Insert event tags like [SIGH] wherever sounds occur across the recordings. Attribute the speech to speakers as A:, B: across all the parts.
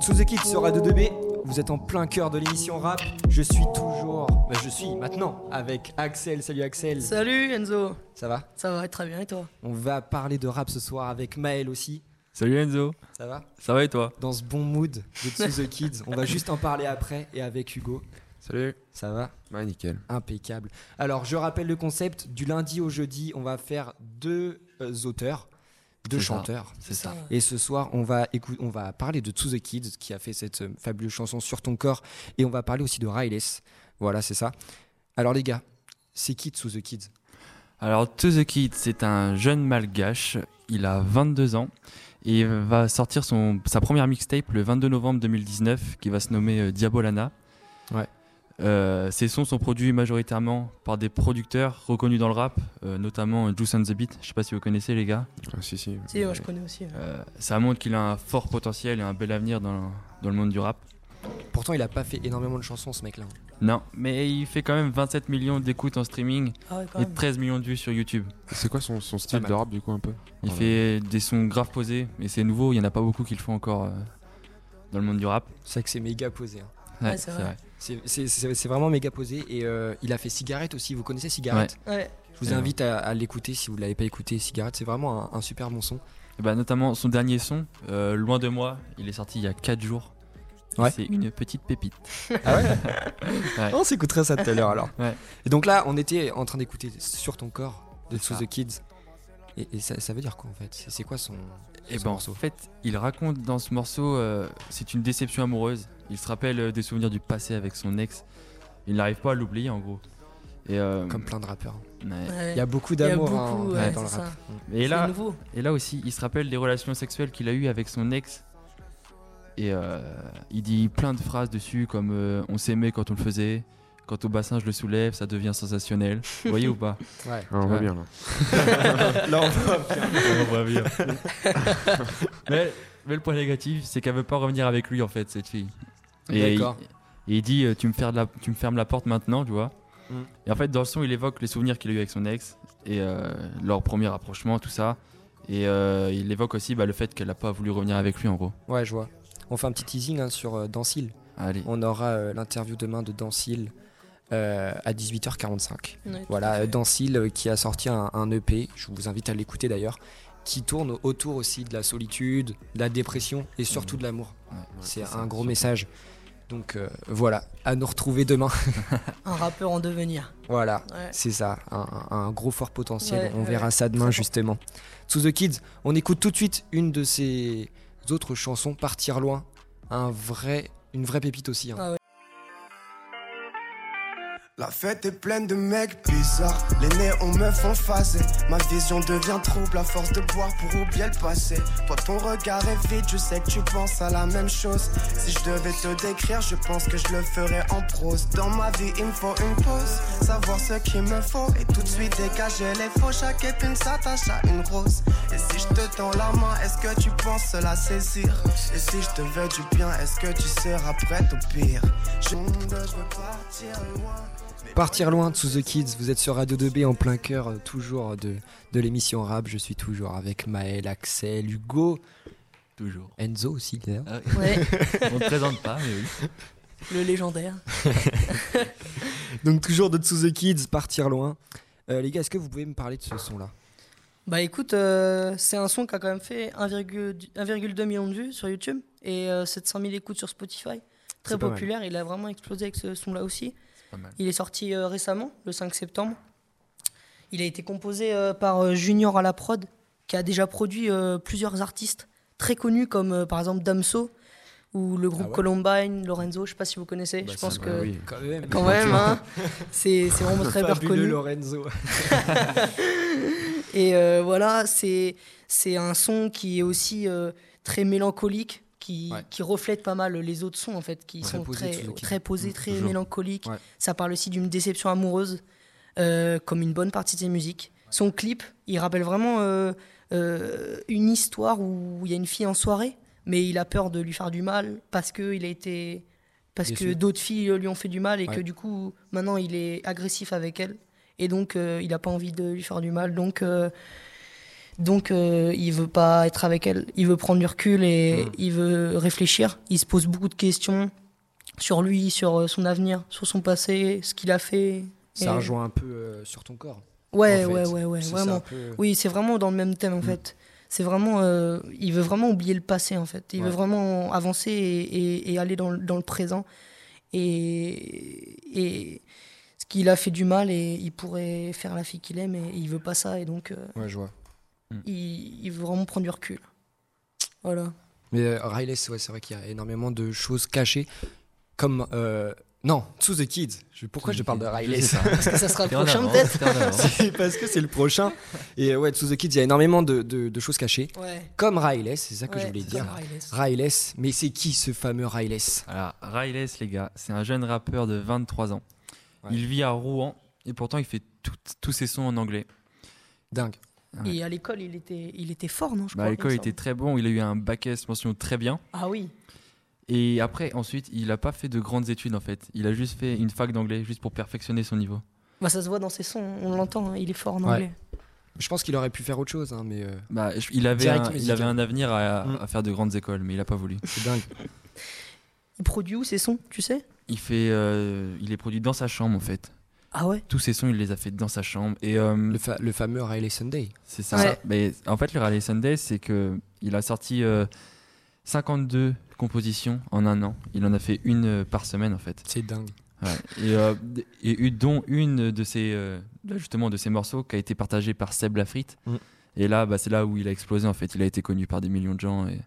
A: the Kick sur A2B. Vous êtes en plein cœur de l'émission rap. Je suis toujours, bah, je suis maintenant avec Axel. Salut Axel.
B: Salut Enzo,
A: Ça va
B: ça va très bien et toi
A: On va parler de rap ce soir avec Maël aussi.
C: Salut Enzo,
A: Ça va
C: ça va et toi
A: Dans ce bon mood de Sous the Kids.
C: [LAUGHS]
A: On va juste en parler après et avec Hugo.
D: Salut.
A: Ça va
D: Bah nickel.
A: Impeccable. Alors, je rappelle le concept. Du lundi au jeudi, on va faire deux euh, auteurs, deux
C: C'est ça.
A: chanteurs.
C: C'est ça.
A: Et ce soir, on va, écou- on va parler de To The Kids, qui a fait cette euh, fabuleuse chanson Sur ton corps. Et on va parler aussi de Riles. Voilà, c'est ça. Alors, les gars, c'est qui To The Kids
C: Alors To The Kid, c'est un jeune malgache, il a 22 ans et il va sortir son, sa première mixtape le 22 novembre 2019 qui va se nommer euh, Diabolana.
A: Ouais.
C: Euh, ces sons sont produits majoritairement par des producteurs reconnus dans le rap, euh, notamment euh, Juice and the Beat, je sais pas si vous connaissez les gars.
D: Ah, si si.
B: Si, moi je connais aussi. hein.
C: Euh, ça montre qu'il a un fort potentiel et un bel avenir dans, dans le monde du rap.
A: Pourtant, il a pas fait énormément de chansons, ce mec-là. hein.
C: Non, mais il fait quand même 27 millions d'écoutes en streaming
B: Ah ouais, quand
C: et
B: même.
C: 13 millions de vues sur YouTube.
D: C'est quoi son, son style
A: mal.
D: de rap du coup un peu
C: Il
D: Voilà.
C: fait des sons graves posés, mais c'est nouveau, il n'y en a pas beaucoup qui le font encore euh, dans le monde du rap.
A: C'est vrai que c'est méga posé. hein.
B: Ouais, c'est vrai.
A: C'est- C'est c'est- c'est vraiment méga posé. Et euh, il a fait Cigarette aussi. Vous connaissez Cigarette
B: Ouais,
A: Je vous
C: Et
A: invite à, à l'écouter si vous ne l'avez pas écouté. Cigarette, c'est vraiment un, un super bon son.
C: Et bah, notamment son dernier son, euh, Loin de moi, il est sorti il y a 4 jours.
A: Ouais.
C: C'est une petite pépite.
A: Ah ouais [LAUGHS]
C: Ouais.
A: On s'écouterait ça tout à l'heure alors.
C: Ouais.
A: Et donc là, on était en train d'écouter Sur ton corps de
C: C'est
A: To
C: ça.
A: the Kids. Et, et ça, ça veut dire quoi en fait C'est- C'est quoi son.
C: Et
A: son
C: ben en
A: morceau
C: fait, il raconte dans ce morceau, euh, c'est une déception amoureuse. Il se rappelle euh, des souvenirs du passé avec son ex. Il n'arrive pas à l'oublier en gros. Et, euh,
A: Comme plein de rappeurs.
C: ouais.
B: ouais.
A: Il y a beaucoup
B: Il y a
A: d'amour hein,
B: beaucoup,
A: dans
B: ouais,
A: le
B: c'est
A: rap.
B: ça.
C: et
B: C'est
C: là,
B: nouveau.
C: Et là aussi, il se rappelle des relations sexuelles qu'il a eues avec son ex. Et euh, il dit plein de phrases dessus comme euh, on s'aimait quand on le faisait, quand au bassin je le soulève, ça devient sensationnel. Vous voyez ou pas
A: Ouais.
D: Ah, On va
C: Ouais.
D: bien là.
A: là, on voit bien.
C: mais, mais le point négatif, c'est qu'elle veut pas revenir avec lui en fait, cette fille. Et il,
A: D'accord.
C: et il dit euh, tu me, fermes la, tu me fermes la porte maintenant, tu vois.
A: Mm.
C: Et en fait, dans le son, il évoque les souvenirs qu'il a eu avec son ex et euh, leur premier rapprochement, tout ça. Et euh, il évoque aussi bah, le fait qu'elle n'a pas voulu revenir avec lui en gros.
A: Ouais, je vois. On fait un petit teasing hein, sur euh, Dancil.
C: Allez.
A: On aura euh, l'interview demain de Dancil euh, à 18h45.
B: Ouais.
A: Voilà, euh, Dancil euh, qui a sorti un, un EP, je vous invite à l'écouter d'ailleurs, qui tourne autour aussi de la solitude, de la dépression et surtout de l'amour.
C: Ouais, ouais,
A: c'est
C: ça,
A: un gros
C: surtout.
A: message. Donc euh, voilà, à nous retrouver demain. [LAUGHS]
B: Un rappeur en devenir.
A: voilà,
B: Ouais.
A: c'est ça, un, un- un gros fort potentiel.
B: Ouais,
A: on
B: ouais,
A: verra
B: ouais,
A: ça demain
B: très
A: justement. To the Kids, on écoute tout de suite une de ses autres chansons, Partir loin, un vrai, une vraie pépite aussi. hein.
B: Ah.
E: La fête est pleine de mecs bizarres, les néons me font phaser. Ma vision devient trouble à force de boire pour oublier le passé. Toi, ton regard est vide, je sais que tu penses à la même chose. Si je devais te décrire, je pense que je le ferais en prose. Dans ma vie, il me faut une pause, savoir ce qu'il me faut et tout de suite dégager les faux. Chaque épine s'attache à une rose. Et si je te tends la main, est-ce que tu penses la saisir Et si je te veux du bien, est-ce que tu seras prête au pire Je je veux partir loin.
A: Partir loin de Sous the Kids, vous êtes sur Radio 2B en plein cœur euh, toujours de, de l'émission rap. Je suis toujours avec Maël, Axel, Hugo,
C: Toujours. Ah,
A: Enzo aussi
C: [LAUGHS]
A: d'ailleurs.
B: Ouais,
C: on ne présente pas, mais
A: [LAUGHS]
C: oui.
B: le légendaire.
A: Donc toujours de Sous the Kids, Partir loin. Euh, les gars, est-ce que vous pouvez me parler de ce son-là
B: Bah écoute, euh, c'est un son qui a quand même fait 1,2 1,2 million de vues sur YouTube et euh, 700 000 écoutes sur Spotify.
A: C'est
B: Très
A: pas mal.
B: populaire, il a vraiment explosé avec ce son-là aussi.
C: Pas mal.
B: Il est sorti euh, récemment, le 5 septembre. Il a été composé euh, par euh, Junior à la prod, qui a déjà produit euh, plusieurs artistes très connus, comme euh, par exemple Damso, ou le groupe
A: ouais
B: Columbine, Lorenzo, je sais pas si vous connaissez, je pense
C: bah
B: que...
C: oui.
A: Quand même,
B: Quand même, hein, c'est c'est vraiment très bien reconnu.
A: Lorenzo.
B: Et euh, voilà, c'est c'est un son qui est aussi euh, très mélancolique, qui,
A: Ouais.
B: qui reflète pas mal les autres sons en fait, qui
A: Ouais.
B: sont
A: Très posé,
B: très
A: Suzuki.
B: très posés, très
C: toujours.
B: mélancoliques.
A: Mm, Ouais.
B: Ça parle aussi d'une déception amoureuse, euh, comme une bonne partie de ses musiques. Son clip, il rappelle vraiment euh, euh, une histoire où il y a une fille en soirée, mais il a peur de lui faire du mal parce que il a été parce que
A: Déçu.
B: d'autres filles lui ont fait du mal et que
A: Ouais.
B: du coup maintenant il est agressif avec elle et donc euh, il n'a pas envie de lui faire du mal donc euh, Donc euh, il veut pas être avec elle, il veut prendre du recul et
A: Hmm.
B: il veut réfléchir. Il se pose beaucoup de questions sur lui, sur euh, son avenir, sur son passé, ce qu'il a fait. Et-
A: [LAUGHS] Ça rejoint un peu euh, sur ton corps.
B: Ouais,
A: en fait.
B: ouais, ouais, ouais,
A: C'est ça,
B: vraiment.
A: un peu- euh,
B: Oui, c'est vraiment dans le même thème en fait. C'est vraiment, euh, il veut vraiment oublier le passé en fait. Il
A: Ouais.
B: veut vraiment avancer et, et- et aller dans, le- dans le présent. Et, et ce qu'il a fait du mal et il pourrait faire la fille qu'il aime et il veut pas ça et donc euh,
A: Ouais, je vois.
B: il, il veut vraiment prendre du recul. Voilà.
A: Mais euh, Riley, c'est ouais, c'est vrai qu'il y a énormément de choses cachées. Comme. euh, non, To the Kids. Je- Pourquoi
C: To
A: je
C: the
A: parle de
C: Kid, je
A: Riley
C: sais pas.
B: Parce que ça
C: [LAUGHS]
B: sera le
C: T'es en hein.
B: prochain
C: avance,
B: peut-être.
C: t'es en avance.
A: [LAUGHS] C'est parce que c'est le prochain. Et euh, ouais, To the Kids, il y a énormément de, de- de choses cachées.
B: Ouais.
A: Comme Riley, c'est ça que je
B: Ouais, Ah,
A: voulais
B: c'est
A: dire.
B: ça, Riley.
A: Riley, mais c'est qui ce fameux Riley
C: Alors, Riles, les gars, c'est un jeune rappeur de 23 ans.
A: Ouais.
C: Il vit à Rouen et pourtant il fait tout- tous ses sons en anglais.
A: Dingue.
C: Ouais.
B: Et à l'école, il était, il était fort, non je
C: Bah, à
B: crois,
C: l'école, il
B: il me
C: était très bon. Il a eu un bac S mention très bien.
B: semble. Ah oui.
C: Et après, ensuite, il n'a pas fait de grandes études en fait. Il a juste fait une fac d'anglais juste pour perfectionner son niveau.
B: Bah, ça se voit dans ses sons, on l'entend, hein, il est fort en
A: Ouais.
B: anglais.
A: Je pense qu'il aurait pu faire autre chose, hein, mais euh,
C: Bah, je- il, avait
A: Direct
C: un, il
A: musical.
C: avait un avenir à,
A: Mm.
C: à faire de grandes écoles, mais il n'a pas voulu.
A: c'est dingue.
B: Il produit où ses sons, tu sais
C: Il, fait, euh, il est produit dans sa chambre en fait.
B: Ah ouais
C: Tous ses sons, il les a fait dans sa chambre. Et euh,
A: Le, fa- le fameux Riley Sunday.
C: C'est ça.
B: Ouais.
C: Mais en fait, le Rally Sunday, c'est que il a sorti euh, 52 compositions en un an. Il en a fait une euh, par semaine, en fait.
A: C'est dingue.
C: Ouais. Et, euh, et eu- dont une de ces, euh, là, justement, de ces morceaux qui a été partagée par Seb Lafrite.
A: Mm.
C: Et là, bah, c'est là où il a explosé, en fait. Il a été connu par des millions de gens. Et,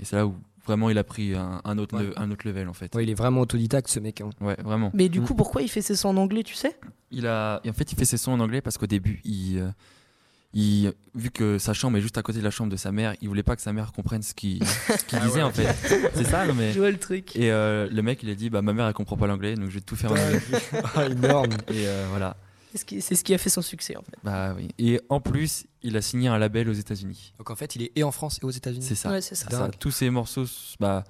C: et c'est là où vraiment il a pris un, un autre,
A: Ouais.
C: le- un autre level, en fait. Ouais,
A: Ouais, il est vraiment autodidacte ce mec. hein.
C: vraiment.
B: Mais du coup, pourquoi il fait ses sons en anglais, tu sais
C: Il a, et en fait, il fait ses sons en anglais parce qu'au début, il, euh, il, vu que sa chambre est juste à côté de la chambre de sa mère, il voulait pas que sa mère comprenne ce qu'il
A: [LAUGHS]
C: ce qu'il disait
A: Ah
C: en fait. C'est ça, non mais.
B: vois le truc.
C: Et euh, le mec, il a dit, bah ma mère, elle comprend pas l'anglais, donc je vais tout faire en anglais.
A: [LAUGHS] Ah, énorme.
C: Et euh, voilà.
B: C'est ce, qui, c'est ce qui a fait son succès, en fait.
C: Bah oui. Et en plus, il a signé un label aux États-Unis.
A: Donc en fait, il est et en France et aux États-Unis.
C: C'est ça.
B: Ouais, c'est ça.
C: C'est ça.
A: Mm. Dingue.
C: Tous ses morceaux, bah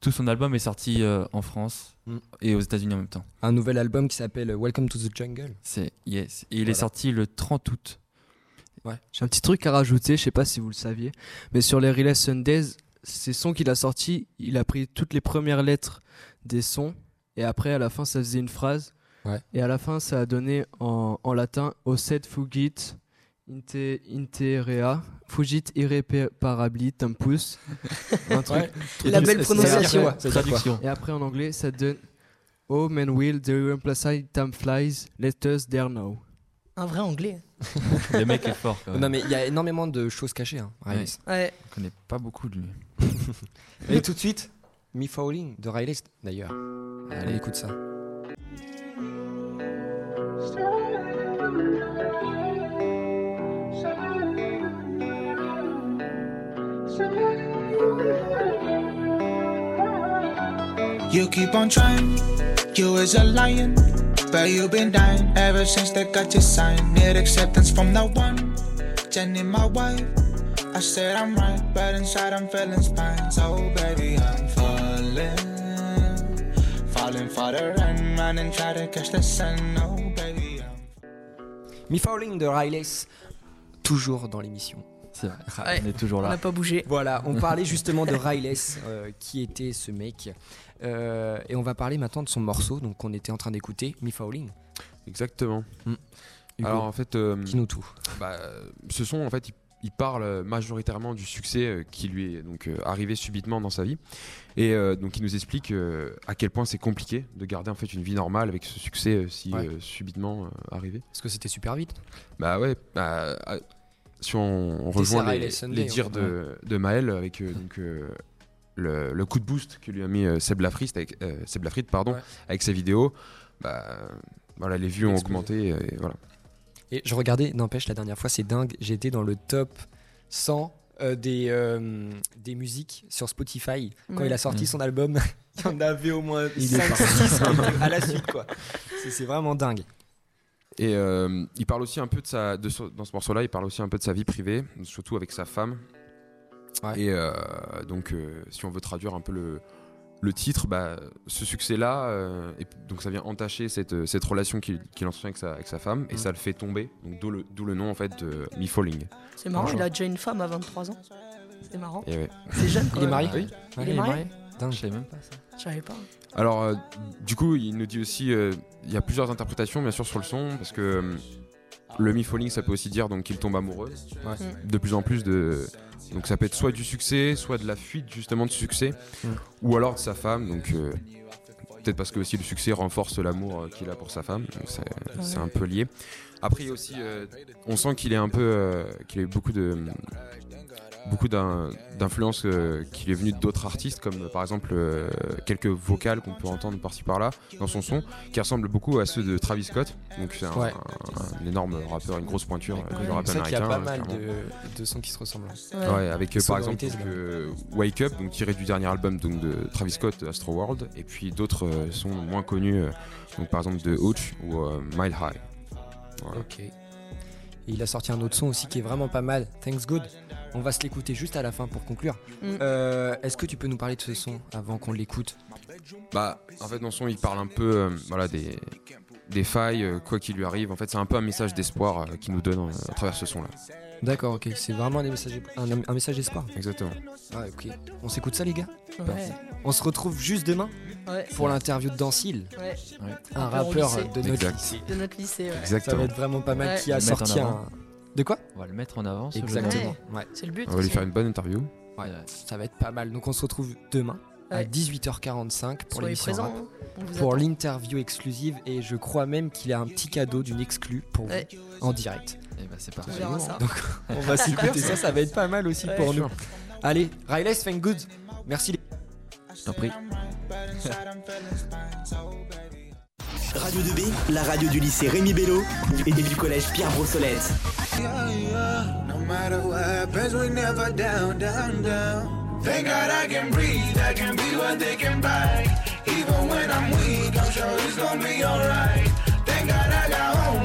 C: tout son album est sorti euh, en France
A: Mm.
C: et aux États-Unis en même temps.
A: Un nouvel album qui s'appelle Welcome to the Jungle.
C: C'est yes. Et il est
A: Voilà.
C: sorti le 30 août.
A: Ouais.
D: J'ai un petit truc à rajouter, je sais pas si vous le saviez, mais sur les Relay Sundays, ces sons qu'il a sortis, il a pris toutes les premières lettres des sons, et après à la fin ça faisait une phrase,
A: Ouais.
D: et à la fin ça a donné en, en latin « Osset fugit inte, interea, fugit irreparabili tempus ». Un truc.
B: La belle prononciation.
A: Ça veut dire quoi Ça veut dire quoi
C: Traduction.
D: Et après en anglais ça donne « Oh man will the irreplaceable time flies, let us there now ».
B: Un vrai anglais.
C: le mec est fort. Quand même.
A: Non mais il y a énormément de choses cachées. Hein, Riley.
C: Ouais.
B: Ouais.
C: On connaît pas beaucoup de lui.
A: Et tout de suite, Me Falling de Riley d'ailleurs. Allez, écoute ça.
F: You keep on trying, you is a lion, but you've been dying ever since they got you signed. Need acceptance from the one, Jenny, my wife. I said I'm right, but inside I'm feeling spines. Oh baby, I'm falling, falling for the run, running try to catch the sun. Oh baby, I'm.
A: Me Falling de Riley. Toujours dans l'émission.
C: C'est vrai.
B: Ouais.
C: On est toujours
B: On n'a
C: là.
B: pas bougé.
A: Voilà, [LAUGHS] on parlait justement de Riley, euh, qui était ce mec. Euh, et on va parler maintenant de son morceau, donc qu'on était en train d'écouter, Me Falling.
G: Exactement.
A: Mm. Hugo,
G: Alors en fait, euh,
A: dis-nous tout.
G: bah, euh, ce son, en fait, il, il parle euh, majoritairement du succès euh, qui lui est donc euh, arrivé subitement dans sa vie, et euh, donc il nous explique euh, à quel point c'est compliqué de garder en fait une vie normale avec ce succès euh, si
A: Ouais.
G: euh, subitement euh, arrivé.
A: Parce que c'était super vite.
G: Bah ouais. bah, à- si on, on rejoint
A: Sarah
G: les,
A: et hein. les Sunday,
G: les dires
A: en fait.
G: de, de Maël avec euh, donc euh, le, le coup de boost que lui a mis euh, Seb Lafrite avec euh, Seb Lafrite, pardon
A: Ouais.
G: avec ses vidéos, bah voilà les vues ont
A: Explosé.
G: augmenté euh, et voilà.
A: Et je regardais, n'empêche, la dernière fois, c'est dingue, j'étais dans le top 100 euh, des, euh, des musiques sur Spotify. Quand
B: Ouais.
A: il a sorti
C: Ouais.
A: son album, il y en avait au moins
D: Il est
A: 5, 6 à la suite, quoi. [LAUGHS] C'est- C'est vraiment dingue.
G: Et euh, il parle aussi un peu de sa, de so- dans ce morceau-là, il parle aussi un peu de sa vie privée, surtout avec sa femme.
A: Ouais.
G: Et euh, donc, euh, si on veut traduire un peu le, le titre, bah, ce succès-là, euh, et p- donc ça vient entacher cette, euh, cette relation qu'il qu'il entretient avec sa, avec sa femme, et ça le fait tomber, donc d'où le, d'où le nom en fait de Me Falling.
B: C'est marrant,
G: Bonjour.
B: il a déjà une femme à 23 ans. C'est marrant.
G: Et ouais.
B: C'est jeune quand
A: Il est
B: même.
A: marié
G: Oui.
A: Ouais,
B: Il est marié
A: dingue.
C: Je savais même pas ça.
B: Je savais pas.
G: Alors, euh, du coup, il nous dit aussi, euh, il y a plusieurs interprétations bien sûr sur le son, parce que euh, le Me Falling, ça peut aussi dire donc qu'il tombe amoureux,
B: Mm.
G: de plus en plus de. Donc ça peut être soit du succès, soit de la fuite justement de succès,
A: Mm.
G: ou alors de sa femme, donc. euh, Peut-être parce que aussi le succès renforce l'amour euh, qu'il a pour sa femme, donc c'est c'est un peu lié. Après il y a aussi, euh, on sent qu'il est un peu, euh, qu'il a eu beaucoup de, beaucoup d'in- d'influences euh, qu'il est venu d'autres artistes, comme euh, par exemple euh, quelques vocales qu'on peut entendre par-ci par-là dans son son, qui ressemblent beaucoup à ceux de Travis Scott. Donc c'est un,
A: Ouais.
G: un- un énorme rappeur, une grosse pointure euh, du
A: C'est
G: rap
A: vrai qu'il y
G: américain.
A: a pas
G: euh,
A: mal
G: clairement.
A: de, de sons qui se ressemblent.
B: Ouais.
G: Ouais, avec euh, par exemple
A: Sonorité,
G: donc,
A: c'est
G: euh, Wake Up, donc tiré du dernier album donc, de Travis Scott, Astro World, et puis d'autres euh, sons moins connus, euh, donc par exemple de Hooch ou euh, Mile High. Voilà.
A: Ok. Et il a sorti un autre son aussi qui est vraiment pas mal, Thanks Good. On va se l'écouter juste à la fin pour conclure.
B: Mm.
A: Euh, Est-ce que tu peux nous parler de ce son avant qu'on l'écoute
G: Bah, en fait, dans son, il parle un peu euh, voilà, des, des failles, euh, quoi qu'il lui arrive. En fait, c'est un peu un message d'espoir euh, qu'il nous donne euh, à travers ce son-là.
A: D'accord, ok. C'est vraiment un message, un, un message d'espoir.
G: Exactement.
A: Ah, ok. On s'écoute ça, les gars
B: Ouais.
A: On se retrouve juste demain
B: Ouais.
A: pour l'interview de Dancil,
B: Ouais.
A: un
B: Rappeur au
A: rappeur
B: lycée.
A: de notre
G: Exact.
A: lycée.
B: De notre lycée, ouais.
A: Ça va
G: Exactement.
A: être vraiment pas mal
B: Ouais.
A: qui a
C: Le mettre en
A: sorti
C: avant.
A: un. De quoi
C: On va le mettre en avant. ce jeune homme.
A: Exactement. Ouais.
B: C'est le but.
G: On va lui faire une bonne interview.
A: Ouais, Ça va être pas mal. Donc on se retrouve demain à
B: Ouais.
A: 18h45 pour
B: Soyez
A: l'émission
B: présents.
A: rap,
B: hein. On vous
A: pour
B: attend.
A: l'interview exclusive et je crois même qu'il a un petit cadeau d'une exclue pour vous
B: Ouais.
A: en direct.
C: Eh ben, c'est
B: On
C: parfait.
B: verra ça.
A: On va s'écouter ça, ça va être pas mal aussi
B: Ouais.
A: pour nous. Allez, Riley Thank Good. Merci. les-
C: Je t'en prie.
H: Radio 2B, la radio du lycée Rémi Bello et du collège Pierre Brossolette.
F: No matter what happens, we never down, down, down. Thank God I can breathe, I can be what they can buy. Even when I'm weak, I'm sure it's gonna be alright. Thank God I got home